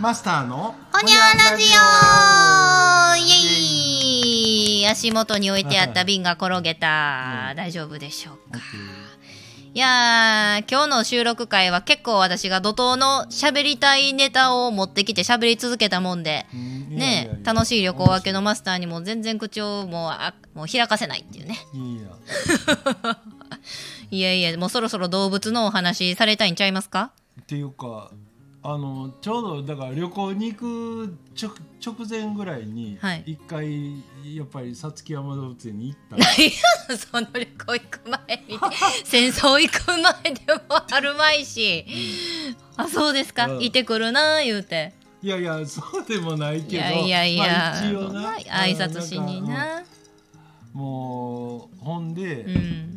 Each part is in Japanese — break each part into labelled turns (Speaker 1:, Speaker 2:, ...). Speaker 1: マスターの
Speaker 2: ほにゃラジオイエイ足元に置いてあった瓶が転げた、大丈夫でしょうかいやー今日の収録会は結構私が怒涛の喋りたいネタを持ってきて喋り続けたもんでねえ楽しい旅行明けのマスターにも全然口をもうあもう開かせないっていうね
Speaker 1: いいや
Speaker 2: いやいやもうそろそろ動物のお話されたいんちゃいますか
Speaker 1: っていうかあのちょうどだから旅行に行く直直前ぐらいに
Speaker 2: はい
Speaker 1: 一回やっぱりさつき山動物園に行 った
Speaker 2: いやその旅行行く前に戦争行く前でもあるまいし、あそうですか、
Speaker 1: うん
Speaker 2: いてくるな言うて
Speaker 1: いやいやそうでもないけど
Speaker 2: いやいやい
Speaker 1: ま
Speaker 2: や
Speaker 1: あ、一応な
Speaker 2: まあ挨拶しにな
Speaker 1: うんもうほんで、
Speaker 2: うん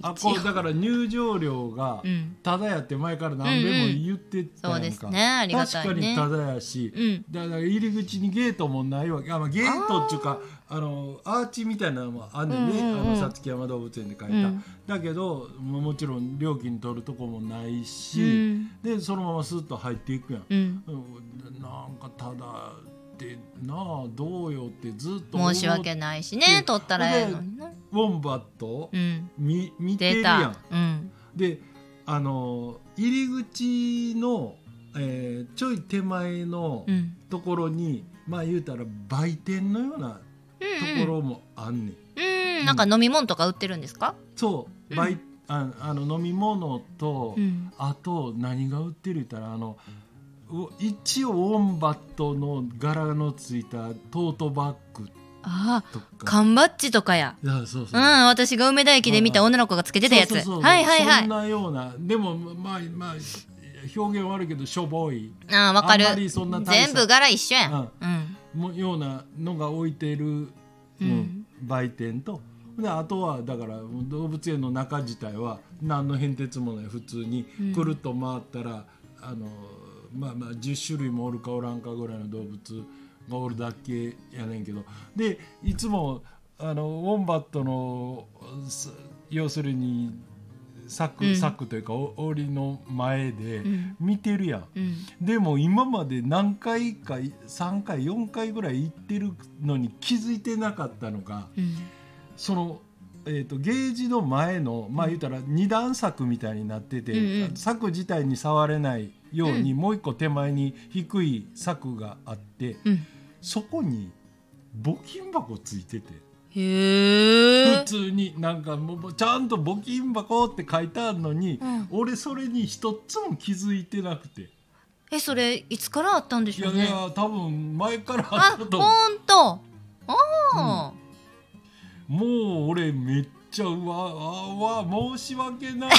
Speaker 1: あ
Speaker 2: 一応
Speaker 1: こうだから入場料が
Speaker 2: うん
Speaker 1: ただやって前から何べも言ってたやんか、
Speaker 2: うんうんそうですねありがたいね
Speaker 1: 確かにただやし、
Speaker 2: うん
Speaker 1: だから入り口にゲートもないわけあ、まあ、ゲートっていうかあのアーチみたいなのもあんねんね、
Speaker 2: うんうんうん
Speaker 1: あのさつき山動物園で書いた、
Speaker 2: うん
Speaker 1: だけどももちろん料金取るとこもないし、
Speaker 2: うん
Speaker 1: でそのままスッと入っていくやん、
Speaker 2: うん
Speaker 1: うんなんかただってなあどうよってずっと思っ
Speaker 2: 申し訳ないしね取ったらええのにな
Speaker 1: ウォンバットを
Speaker 2: うん
Speaker 1: 見見てる
Speaker 2: 出
Speaker 1: やん
Speaker 2: た。うん
Speaker 1: であの入り口の、えーちょい手前の
Speaker 2: うん
Speaker 1: ところに、まあ言うたら売店のような
Speaker 2: うん
Speaker 1: ところもあんねん。
Speaker 2: うんなんか飲み物とか売ってるんですか
Speaker 1: そう、
Speaker 2: うん
Speaker 1: 売ああの飲み物と、
Speaker 2: うん
Speaker 1: あと何が売ってる言ったらあのう一応ウォンバットの柄のついたトートバッグ
Speaker 2: あ
Speaker 1: と
Speaker 2: あ
Speaker 1: か。
Speaker 2: 缶バッジとかや
Speaker 1: いやそうそう
Speaker 2: うん私が梅田駅で見た女の子がつけてたやつ
Speaker 1: そう
Speaker 2: は
Speaker 1: そうそう
Speaker 2: いはいは
Speaker 1: そん
Speaker 2: い
Speaker 1: なようなでもまあまあ表現悪いけどしょぼい
Speaker 2: ああわかる
Speaker 1: あんまりそんな大差
Speaker 2: 全部柄一緒やん
Speaker 1: うん
Speaker 2: うん
Speaker 1: もようなのが置いてる、うん
Speaker 2: うん
Speaker 1: 売店とであとはだから動物園の中自体は何の変哲もない普通に
Speaker 2: うん
Speaker 1: くるっと回ったら、あのまあまあ10種類もおるかおらんかぐらいの動物がおるだけやねんけどでいつもあのウォンバットのす要するにサック、
Speaker 2: うん
Speaker 1: サックというかお檻の前で
Speaker 2: ん
Speaker 1: 見てるやん
Speaker 2: うん
Speaker 1: でも今まで何回か3回4回ぐらい行ってるのに気づいてなかったのが
Speaker 2: うん
Speaker 1: その、えー、とゲージの前のまあ言うたら二段柵みたいになってて、
Speaker 2: うんうん
Speaker 1: 柵自体に触れないように、
Speaker 2: う
Speaker 1: もう一個手前に低い柵があって
Speaker 2: うん
Speaker 1: そこに募金箱ついてて。
Speaker 2: へえ
Speaker 1: 普通になんかもうちゃんと募金箱って書いてあるのに、
Speaker 2: うん
Speaker 1: 俺それに一つも気づいてなくて
Speaker 2: えそれいつからあったんで
Speaker 1: い
Speaker 2: し
Speaker 1: や
Speaker 2: ょう
Speaker 1: い
Speaker 2: ね
Speaker 1: や多分前からあ
Speaker 2: あ
Speaker 1: った
Speaker 2: ほん
Speaker 1: と
Speaker 2: と
Speaker 1: 思う
Speaker 2: あ
Speaker 1: もう俺めっちゃうわあわ申し訳ないなって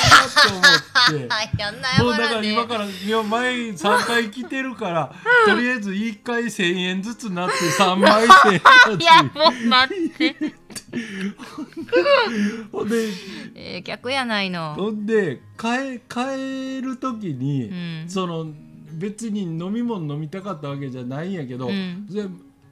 Speaker 1: 思って
Speaker 2: ーやんなや
Speaker 1: もう
Speaker 2: ば
Speaker 1: だからら
Speaker 2: ね
Speaker 1: 今からいや前3回来てる からとりあえず1回1,000円ずつなって3枚1,000円
Speaker 2: い
Speaker 1: ず
Speaker 2: やもう待って
Speaker 1: つほんで
Speaker 2: えー逆やないの
Speaker 1: ほんで帰帰る時に、
Speaker 2: うん
Speaker 1: その別に飲み物飲みたかったわけじゃないんやけど、
Speaker 2: うん
Speaker 1: で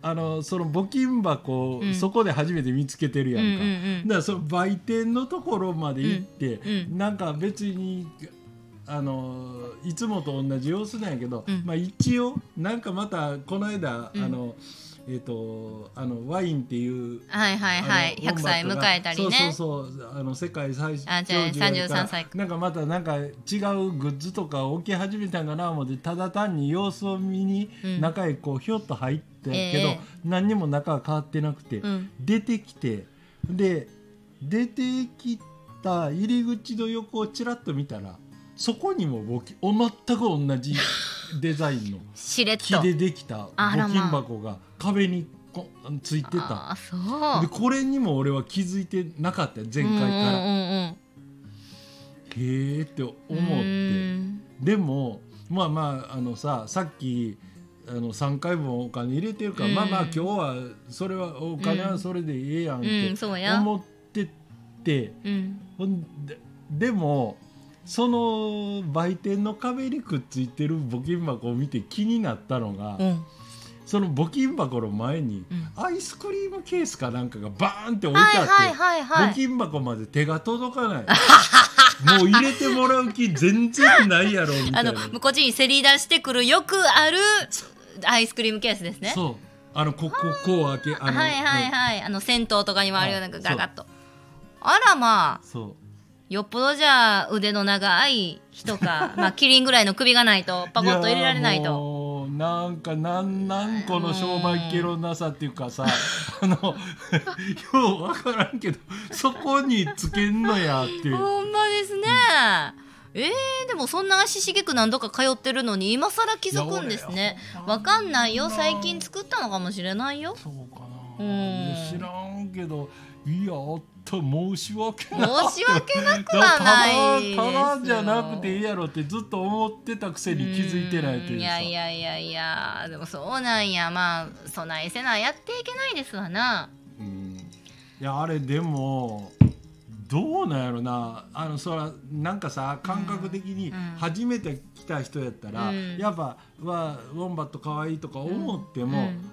Speaker 1: あのその募金箱を、
Speaker 2: うん
Speaker 1: そこで初めて見つけてる
Speaker 2: うん
Speaker 1: や
Speaker 2: うん
Speaker 1: か。
Speaker 2: ん
Speaker 1: だからその売店のところまで行って、
Speaker 2: うんう
Speaker 1: なんか別にあのいつもと同じ様子なんやけど、
Speaker 2: うん
Speaker 1: まあ一応なんかまたこの間、
Speaker 2: うん
Speaker 1: あのえっ、とあのワインっていう
Speaker 2: はいはいはい
Speaker 1: あの
Speaker 2: 100歳
Speaker 1: ウォ
Speaker 2: 迎
Speaker 1: ンバッ
Speaker 2: え
Speaker 1: トが
Speaker 2: たりね
Speaker 1: そうそうそうあの世界最
Speaker 2: あじゃあ
Speaker 1: 長寿やから
Speaker 2: 33歳か
Speaker 1: なんかまたなんか違うグッズとか置き始めたんかな思ってただ単に様子を見に
Speaker 2: うん
Speaker 1: 中へこうひょっと入ってんけど、
Speaker 2: ええ
Speaker 1: 何にも中は変わってなくて、
Speaker 2: うん
Speaker 1: 出てきてで出てきた入り口の横をちらっと見たらそこにも募金お全く 同じデザインの
Speaker 2: しれっと
Speaker 1: 木でできた
Speaker 2: あら
Speaker 1: 募金
Speaker 2: まあ
Speaker 1: 箱が壁にこついてた。
Speaker 2: あーそう
Speaker 1: でこれにも俺は気づいてなかったよ前回から、
Speaker 2: うんう
Speaker 1: へ
Speaker 2: んうんうん
Speaker 1: えって思
Speaker 2: う
Speaker 1: って
Speaker 2: ーん
Speaker 1: でもまあまああのささっきあの3回もお金入れてるから、
Speaker 2: うん
Speaker 1: まあまあ今日はそれはお金
Speaker 2: う
Speaker 1: は
Speaker 2: ん
Speaker 1: それでええやんっ
Speaker 2: うんそう
Speaker 1: て
Speaker 2: や
Speaker 1: 思ってて、
Speaker 2: うん
Speaker 1: ほんででもその売店の壁にくっついてる募金箱を見て気になったのが、
Speaker 2: うん
Speaker 1: その募金箱の前に
Speaker 2: うん
Speaker 1: アイスクリームケースかなんかがバーンって置いてあっ
Speaker 2: はい
Speaker 1: て。
Speaker 2: はいはいはい
Speaker 1: 募金箱まで手が届かないもう入れてもらう気全然ないやろみた
Speaker 2: あ
Speaker 1: いな
Speaker 2: の向こっちにせり出してくるよくあるアイスクリームケースですね
Speaker 1: そうあのこここう開けあ
Speaker 2: はい
Speaker 1: の
Speaker 2: はい
Speaker 1: い
Speaker 2: はいあの銭湯とかにもあるような
Speaker 1: はい
Speaker 2: ガガッとあらまあ
Speaker 1: そう
Speaker 2: よっぽどじゃあ腕の長い人 かまあキリンぐらいの首がないとパコッと入れられない
Speaker 1: や
Speaker 2: と
Speaker 1: もうなんかなんなんこの商売ケロなさっていうかさあのよう分からんけどそこにつけんのやっていう
Speaker 2: ほんまですね、えー、でもそんな足しげく何度か通ってるのに今更気づくんですね
Speaker 1: いや俺
Speaker 2: わかんないよ最近作ったのかもしれないよ
Speaker 1: そうかな
Speaker 2: うん
Speaker 1: 知らんけどいやあった申し訳 ない
Speaker 2: 申し訳なく
Speaker 1: だか
Speaker 2: はな
Speaker 1: ら
Speaker 2: いです
Speaker 1: た
Speaker 2: よ
Speaker 1: だただじゃなくていいやろってずっと思ってたくせに気づいてないといううんさ
Speaker 2: やいやいやいやでもそうなんやまあ備えせなやっていけないですわな
Speaker 1: うんいやあれでもどうなんやろなあのそらなんかさ感覚的に
Speaker 2: うん
Speaker 1: 初めて来た人やったら、
Speaker 2: うん
Speaker 1: やっぱわウォンバット可愛いとか思っても、
Speaker 2: うん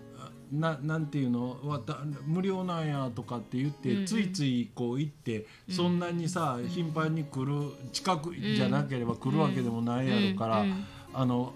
Speaker 1: ななんていうのわた無料なんやとかって言って、
Speaker 2: うんうん
Speaker 1: ついついこう行ってそんなにさ、頻繁に来る近くじゃなければ来るわけでもないやろから、
Speaker 2: うんうん
Speaker 1: あの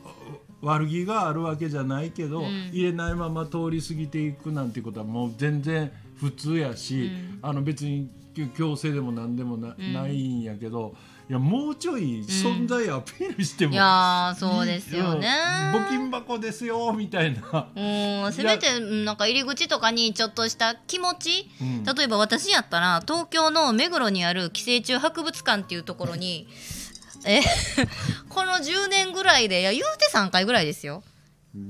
Speaker 1: 悪気があるわけじゃないけど、
Speaker 2: うん
Speaker 1: 入れないまま通り過ぎていくなんてことはもう全然普通やし、
Speaker 2: うん
Speaker 1: あの別に強制でも何でもな,、
Speaker 2: うん
Speaker 1: ないんやけどいやもうちょい存在アピールしても、
Speaker 2: いやーそうですよね
Speaker 1: うん募金箱ですよみたいな。
Speaker 2: うんせめてうんなんか入り口とかにちょっとした気持ち、
Speaker 1: うん
Speaker 2: 例えば私やったら東京の目黒にある寄生虫博物館っていうところ にえ この10年ぐらいでいや言うて3回ぐらいですよ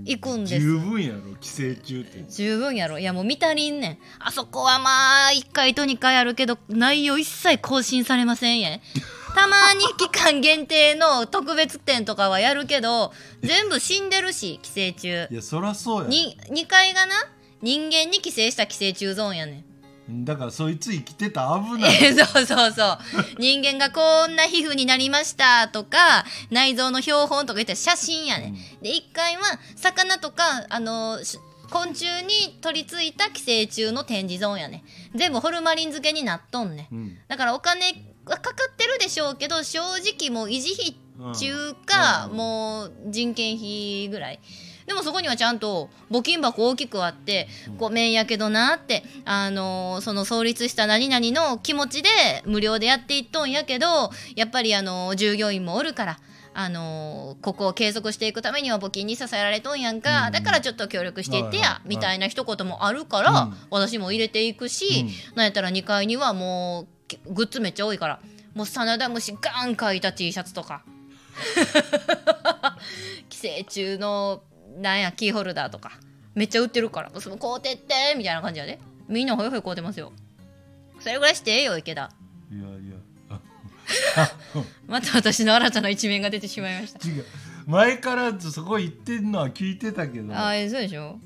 Speaker 2: 行くんです
Speaker 1: 十分やろ寄生虫って
Speaker 2: 十分やろいやもう見たりんねんあそこはまあ1回と2回あるけど内容一切更新されません やんたまに期間限定の 特別展とかはやるけど全部死んでるし寄生虫
Speaker 1: いやそらそうや
Speaker 2: に2階がな人間に寄生した寄生虫ゾーンやねん。
Speaker 1: だからそいつ生きてたら危ない
Speaker 2: え そうそうそう人間がこんな皮膚になりましたとか内臓の標本とか言ったら写真やね、ん、で1階は魚とかあのし昆虫に取り付いた寄生虫の展示ゾーンやねん全部ホルマリン漬けになっとんねん
Speaker 1: うん
Speaker 2: だからお金はかかってるでしょうけど正直もう維持費中か
Speaker 1: うん
Speaker 2: もう人件費ぐらいでもそこにはちゃんと募金箱大きくあって「ごめんやけどな」ってあのーその創立した何々の気持ちで無料でやっていっとんやけどやっぱりあのー従業員もおるから。あのーここを継続していくためには募金に支えられとんやんか、
Speaker 1: うん
Speaker 2: だからちょっと協力していって
Speaker 1: はい
Speaker 2: や
Speaker 1: はい
Speaker 2: みたいな一言もあるから、
Speaker 1: うん
Speaker 2: 私も入れていくし、なんやったら2階にはもうけグッズめっちゃ多いからもう真田虫ガーン書いた T シャツとか 寄生虫のなんやキーホルダーとかめっちゃ売ってるからもうその買うてってみたいな感じやでみんなほよほよ買うてますよそれぐらいしてええよ池田
Speaker 1: いやいやあ
Speaker 2: また私の新たな一面が出てしまいました
Speaker 1: 違う前からそこ行ってんのは聞いてたけど
Speaker 2: ああそうでしょ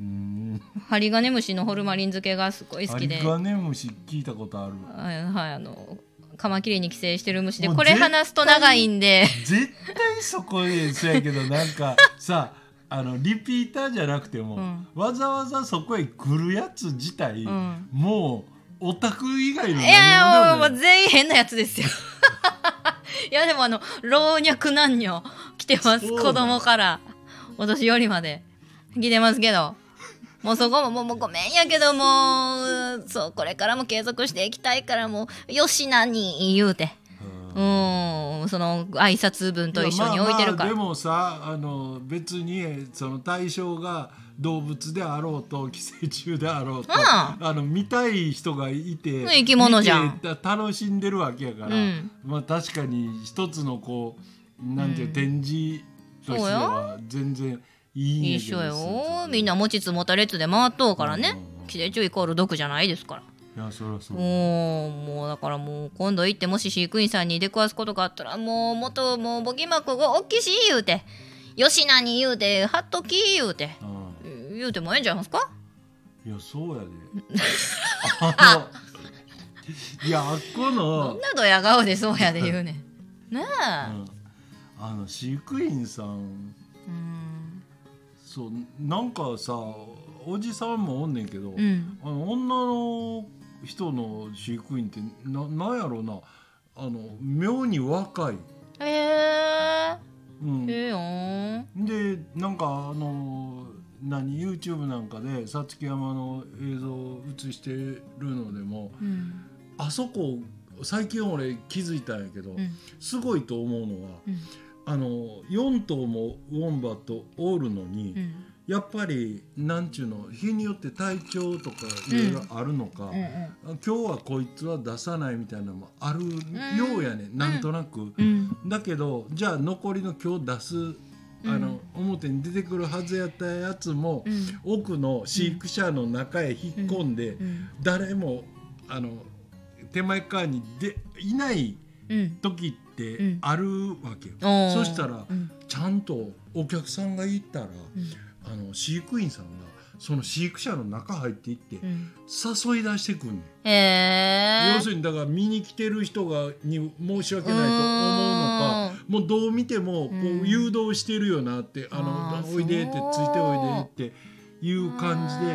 Speaker 1: うん
Speaker 2: ハリガネムシのホルマリン漬けがすごい好
Speaker 1: ア
Speaker 2: き
Speaker 1: リ
Speaker 2: で
Speaker 1: ガネムシ聞いたことある
Speaker 2: はいはいあのカマキリに寄生してる虫で
Speaker 1: もう
Speaker 2: これ
Speaker 1: 絶対
Speaker 2: 話すと長いんで
Speaker 1: 絶対そこでそやけどなん かさあのリピーターじゃなくても、
Speaker 2: うん
Speaker 1: わざわざそこへ来るやつ自体、
Speaker 2: うん
Speaker 1: もうオタク以外の
Speaker 2: いやいやもうも
Speaker 1: も
Speaker 2: う全員変なやつですよ いやでもあの老若男女来てます
Speaker 1: そうだ
Speaker 2: 子供からお年寄りまで来てますけどもうそこももうもうごめんやけどもうそうこれからも継続していきたいからもうよしなに言うてうんその挨拶文と一緒に置いてるから、
Speaker 1: やまあまあでもさあの別にその対象が動物であろうと寄生虫であろうと、
Speaker 2: うん
Speaker 1: あの見たい人がいて
Speaker 2: 生き物じゃん
Speaker 1: 見てた楽しんでるわけやから、
Speaker 2: うん
Speaker 1: まあ確かに一つのこうなんていう、展示としては全然いいんやけ
Speaker 2: 一
Speaker 1: ど
Speaker 2: 緒よみん
Speaker 1: な
Speaker 2: な持ちつ持たれつで回っとうから
Speaker 1: う
Speaker 2: ね
Speaker 1: んうんうん
Speaker 2: 寄生虫イコール毒じゃないですから
Speaker 1: いやそりゃそう、
Speaker 2: もうもうだからもう今度行ってもし飼育員さんに出くわすことがあったらもう元もう募金箱が大きいし言うてよしなに言うてはっとき言うて
Speaker 1: う
Speaker 2: 言うてもええんちゃいますか
Speaker 1: ん、いやそう やであのいやあっ
Speaker 2: そ
Speaker 1: この
Speaker 2: んなドヤ顔でそうやで言うねんなあ
Speaker 1: うんあの飼育員さん
Speaker 2: うん
Speaker 1: そうなんかさおじさんもおんねんけど、
Speaker 2: うん
Speaker 1: あの女の人の飼育員ってななんやろうなあの妙に若い、
Speaker 2: へえ
Speaker 1: うん、
Speaker 2: え
Speaker 1: で
Speaker 2: えよーん
Speaker 1: なんかあの何 YouTube なんかで五月山の映像を映してるのでも
Speaker 2: うん
Speaker 1: あそこ最近俺気づいたんやけど、
Speaker 2: うん
Speaker 1: すごいと思うのは
Speaker 2: うん
Speaker 1: あの4頭もウォンバットおるのに、
Speaker 2: うん
Speaker 1: やっぱりなんちゅうの日によって体調とかいろいろあるのか、
Speaker 2: うんうん
Speaker 1: 今日はこいつは出さないみたいなのもあるようやね、なんとなく、
Speaker 2: うん
Speaker 1: だけどじゃあ残りの今日出すあの、表に出てくるはずやったやつも、
Speaker 2: うん
Speaker 1: 奥の飼育者の中へ引っ込んで、
Speaker 2: うん
Speaker 1: 誰もあの手前側にでいない
Speaker 2: うん
Speaker 1: 時って
Speaker 2: うん
Speaker 1: あるわけよ、
Speaker 2: おー
Speaker 1: そしたら
Speaker 2: うん
Speaker 1: ちゃんとお客さんが行ったら、
Speaker 2: うん
Speaker 1: あの飼育員さんがその飼育者の中入っていって、
Speaker 2: うん
Speaker 1: 誘い出してくんねん。
Speaker 2: へえ
Speaker 1: 要するにだから見に来てる人がに申し訳ないと思うのかもうどう見てもこ
Speaker 2: うん
Speaker 1: う誘導してるよなって「あの
Speaker 2: あー
Speaker 1: おいで」って
Speaker 2: そう
Speaker 1: 「ついておいで」っていう感じで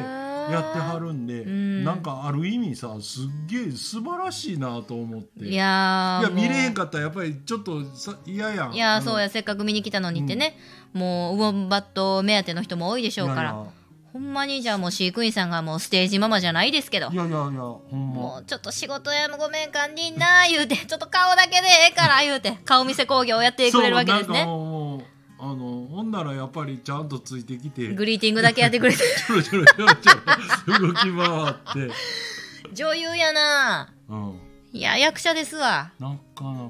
Speaker 1: やってはるんで
Speaker 2: うん
Speaker 1: なんかある意味さすっげえ素晴らしいなと思って
Speaker 2: いやー
Speaker 1: いや見れへん
Speaker 2: も
Speaker 1: かったらやっぱりちょっとさ嫌やん
Speaker 2: ういやー
Speaker 1: あの
Speaker 2: そうやせっかく見に来たのにってね、もうウォンバット目当ての人も多いでしょうから
Speaker 1: いや
Speaker 2: ほんまにじゃあもう飼育員さんがもうステージママじゃないですけど
Speaker 1: いやいやいやいやほん
Speaker 2: も
Speaker 1: ま
Speaker 2: うちょっと仕事やごめんかんにんな言うてちょっと顔だけでええから言うて顔見せ工業をやってくれるわけです
Speaker 1: そうな
Speaker 2: ね
Speaker 1: んかもうもうあのほんならやっぱりちゃんとついてきて
Speaker 2: グリーティングだけやってくれて
Speaker 1: ちょろちょろちょろちょろ動き回って、
Speaker 2: 女優やな
Speaker 1: うん、
Speaker 2: いや役者ですわ
Speaker 1: なかなか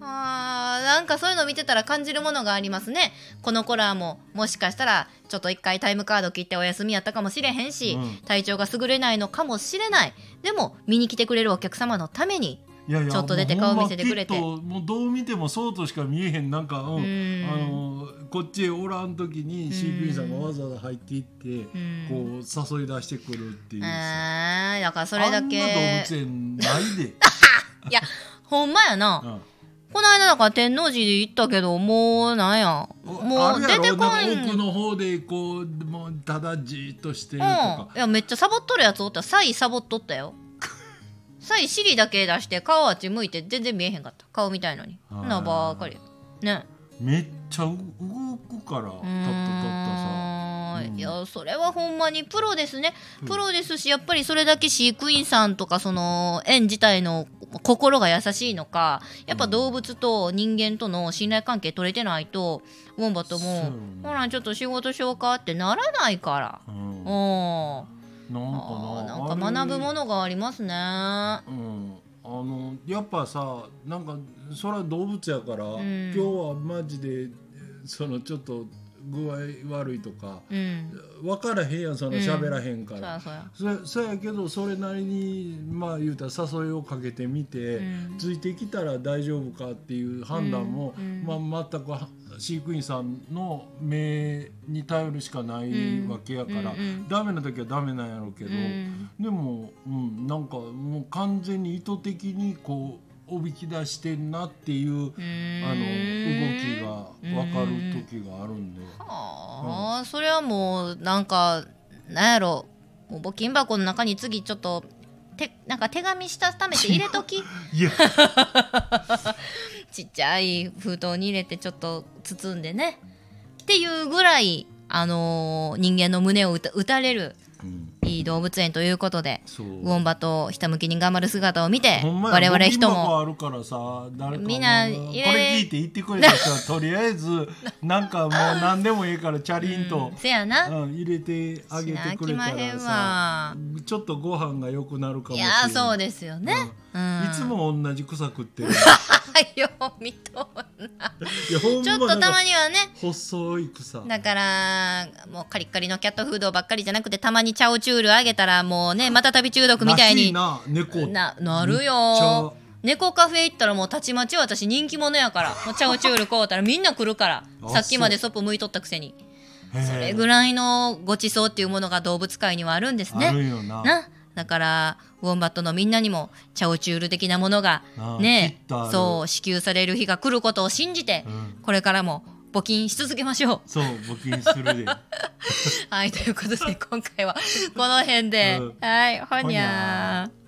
Speaker 2: あーなんかそういうの見てたら感じるものがありますねこのコラーももしかしたらちょっと一回タイムカード切ってお休みやったかもしれへんし、
Speaker 1: うん
Speaker 2: 体調が優れないのかもしれないでも見に来てくれるお客様のために
Speaker 1: いやいや
Speaker 2: ちょっと出て
Speaker 1: もうほんま
Speaker 2: 顔見せてくれて
Speaker 1: きっともうどう見てもそうとしか見えへんなんか、う
Speaker 2: う
Speaker 1: ん
Speaker 2: ん
Speaker 1: あのこっちへおらん時に飼育員さんがわざわざ入っていって、
Speaker 2: ん
Speaker 1: こう誘い出してくるっていう
Speaker 2: え
Speaker 1: さ、
Speaker 2: ー、だからそれだけ
Speaker 1: あんな動物園ない で、
Speaker 2: いやほんまやな、
Speaker 1: うん
Speaker 2: この間だから天王寺で行ったけどもうなんやも
Speaker 1: あ
Speaker 2: う
Speaker 1: る
Speaker 2: 出
Speaker 1: やろ
Speaker 2: てこ
Speaker 1: なんんか奥の方でこうもうただじーっとしてるとか
Speaker 2: うん、いやめっちゃサボっとるやつおったサイサボっとった よサイ尻だけ出して顔あっち向いて全然見えへんかった顔見たいのに
Speaker 1: あー
Speaker 2: なばっかりやね
Speaker 1: めっちゃう動くからたったた
Speaker 2: うー
Speaker 1: ったさ。
Speaker 2: ん
Speaker 1: うん
Speaker 2: いやそれはほんまにプロですね
Speaker 1: うん
Speaker 2: プロですしやっぱりそれだけ飼育員さんとかその園自体の心が優しいのかやっぱ動物と人間との信頼関係取れてないとウォンバット
Speaker 1: そう
Speaker 2: も
Speaker 1: よね
Speaker 2: 「ほらちょっと仕事しようか」ってならないから。
Speaker 1: うん
Speaker 2: うん
Speaker 1: なんか
Speaker 2: あ
Speaker 1: な
Speaker 2: ーなんか学ぶも
Speaker 1: の、
Speaker 2: のがありますね。
Speaker 1: うん、あのやっぱさなんかそれは動物やから、
Speaker 2: ん
Speaker 1: 今日はマジでそのちょっと具合悪いとか
Speaker 2: うん。
Speaker 1: 分からへんやんその
Speaker 2: うん
Speaker 1: 喋らへんか
Speaker 2: そう
Speaker 1: ら
Speaker 2: や、そうや。
Speaker 1: そそやけどそれなりにまあ言うたら誘いをかけてみて、
Speaker 2: うん
Speaker 1: ついてきたら大丈夫かっていう判断も、
Speaker 2: うんうん
Speaker 1: まあ、全くは飼育員さんの目に頼るしかないわけやから、
Speaker 2: うんうん
Speaker 1: ダメな時はダメなんやろうけど。
Speaker 2: うん
Speaker 1: でも、うん、なんかもう完全に意図的にこうおびき出してんなっていう
Speaker 2: う
Speaker 1: あ
Speaker 2: ーん
Speaker 1: の動きが分かる時があるんで
Speaker 2: ああ、それはもうなんかなんやろもう募金箱の中に次ちょっとてなんか手紙したためて入れと き
Speaker 1: いや
Speaker 2: ちっちゃい封筒に入れてちょっと包んでねっていうぐらい、あのー人間の胸を打た打たれる
Speaker 1: うん
Speaker 2: いい動物園ということで
Speaker 1: そう
Speaker 2: ウォンバとひたむきに頑張る姿を見て
Speaker 1: ほんまや
Speaker 2: 我々人
Speaker 1: 募金
Speaker 2: も
Speaker 1: 箱あるからさ誰か
Speaker 2: みんな
Speaker 1: こ
Speaker 2: 入れ
Speaker 1: れ聞いて言ってくれた人はとりあえずなんかもう何でもいいからチャリンと
Speaker 2: うん、せやな、
Speaker 1: うん、入れてあげてくれた
Speaker 2: しなあきまへん
Speaker 1: ら
Speaker 2: わ
Speaker 1: さちょっとご飯が良くなるかも
Speaker 2: い
Speaker 1: し
Speaker 2: や
Speaker 1: れ
Speaker 2: ー
Speaker 1: な
Speaker 2: そ
Speaker 1: いう
Speaker 2: ですよね、うん
Speaker 1: いつも同じ草食ってる
Speaker 2: はいよ見とんない
Speaker 1: やほん
Speaker 2: ちょっ
Speaker 1: まな
Speaker 2: と
Speaker 1: ん
Speaker 2: た
Speaker 1: か
Speaker 2: まにはね
Speaker 1: 細い草
Speaker 2: だからもうカリッカリのキャットフードばっかりじゃなくてたまにチャオチュールあげたらもうねまたたび中毒みたいにな
Speaker 1: らしいな猫
Speaker 2: なる
Speaker 1: めっちゃ
Speaker 2: よ猫カフェ行ったらもうたちまち私人気者やからもうチャオチュール買うたらみんな来るから
Speaker 1: あ
Speaker 2: さっきまでそっぽ向いとったくせに
Speaker 1: へえ
Speaker 2: それぐらいのごちそうっていうものが動物界にはあるんですね
Speaker 1: あるよな
Speaker 2: なだからウォンバットのみんなにもチャオチュール的なものが
Speaker 1: なあ
Speaker 2: ね
Speaker 1: きっとある
Speaker 2: そう支給される日が来ることを信じて、
Speaker 1: うん。
Speaker 2: これからも募金し続けましょう
Speaker 1: そう募金するで
Speaker 2: はいということで今回はこの辺で、
Speaker 1: うん
Speaker 2: はいほ
Speaker 1: ほ
Speaker 2: に
Speaker 1: に
Speaker 2: ゃ
Speaker 1: ゃ
Speaker 2: ー。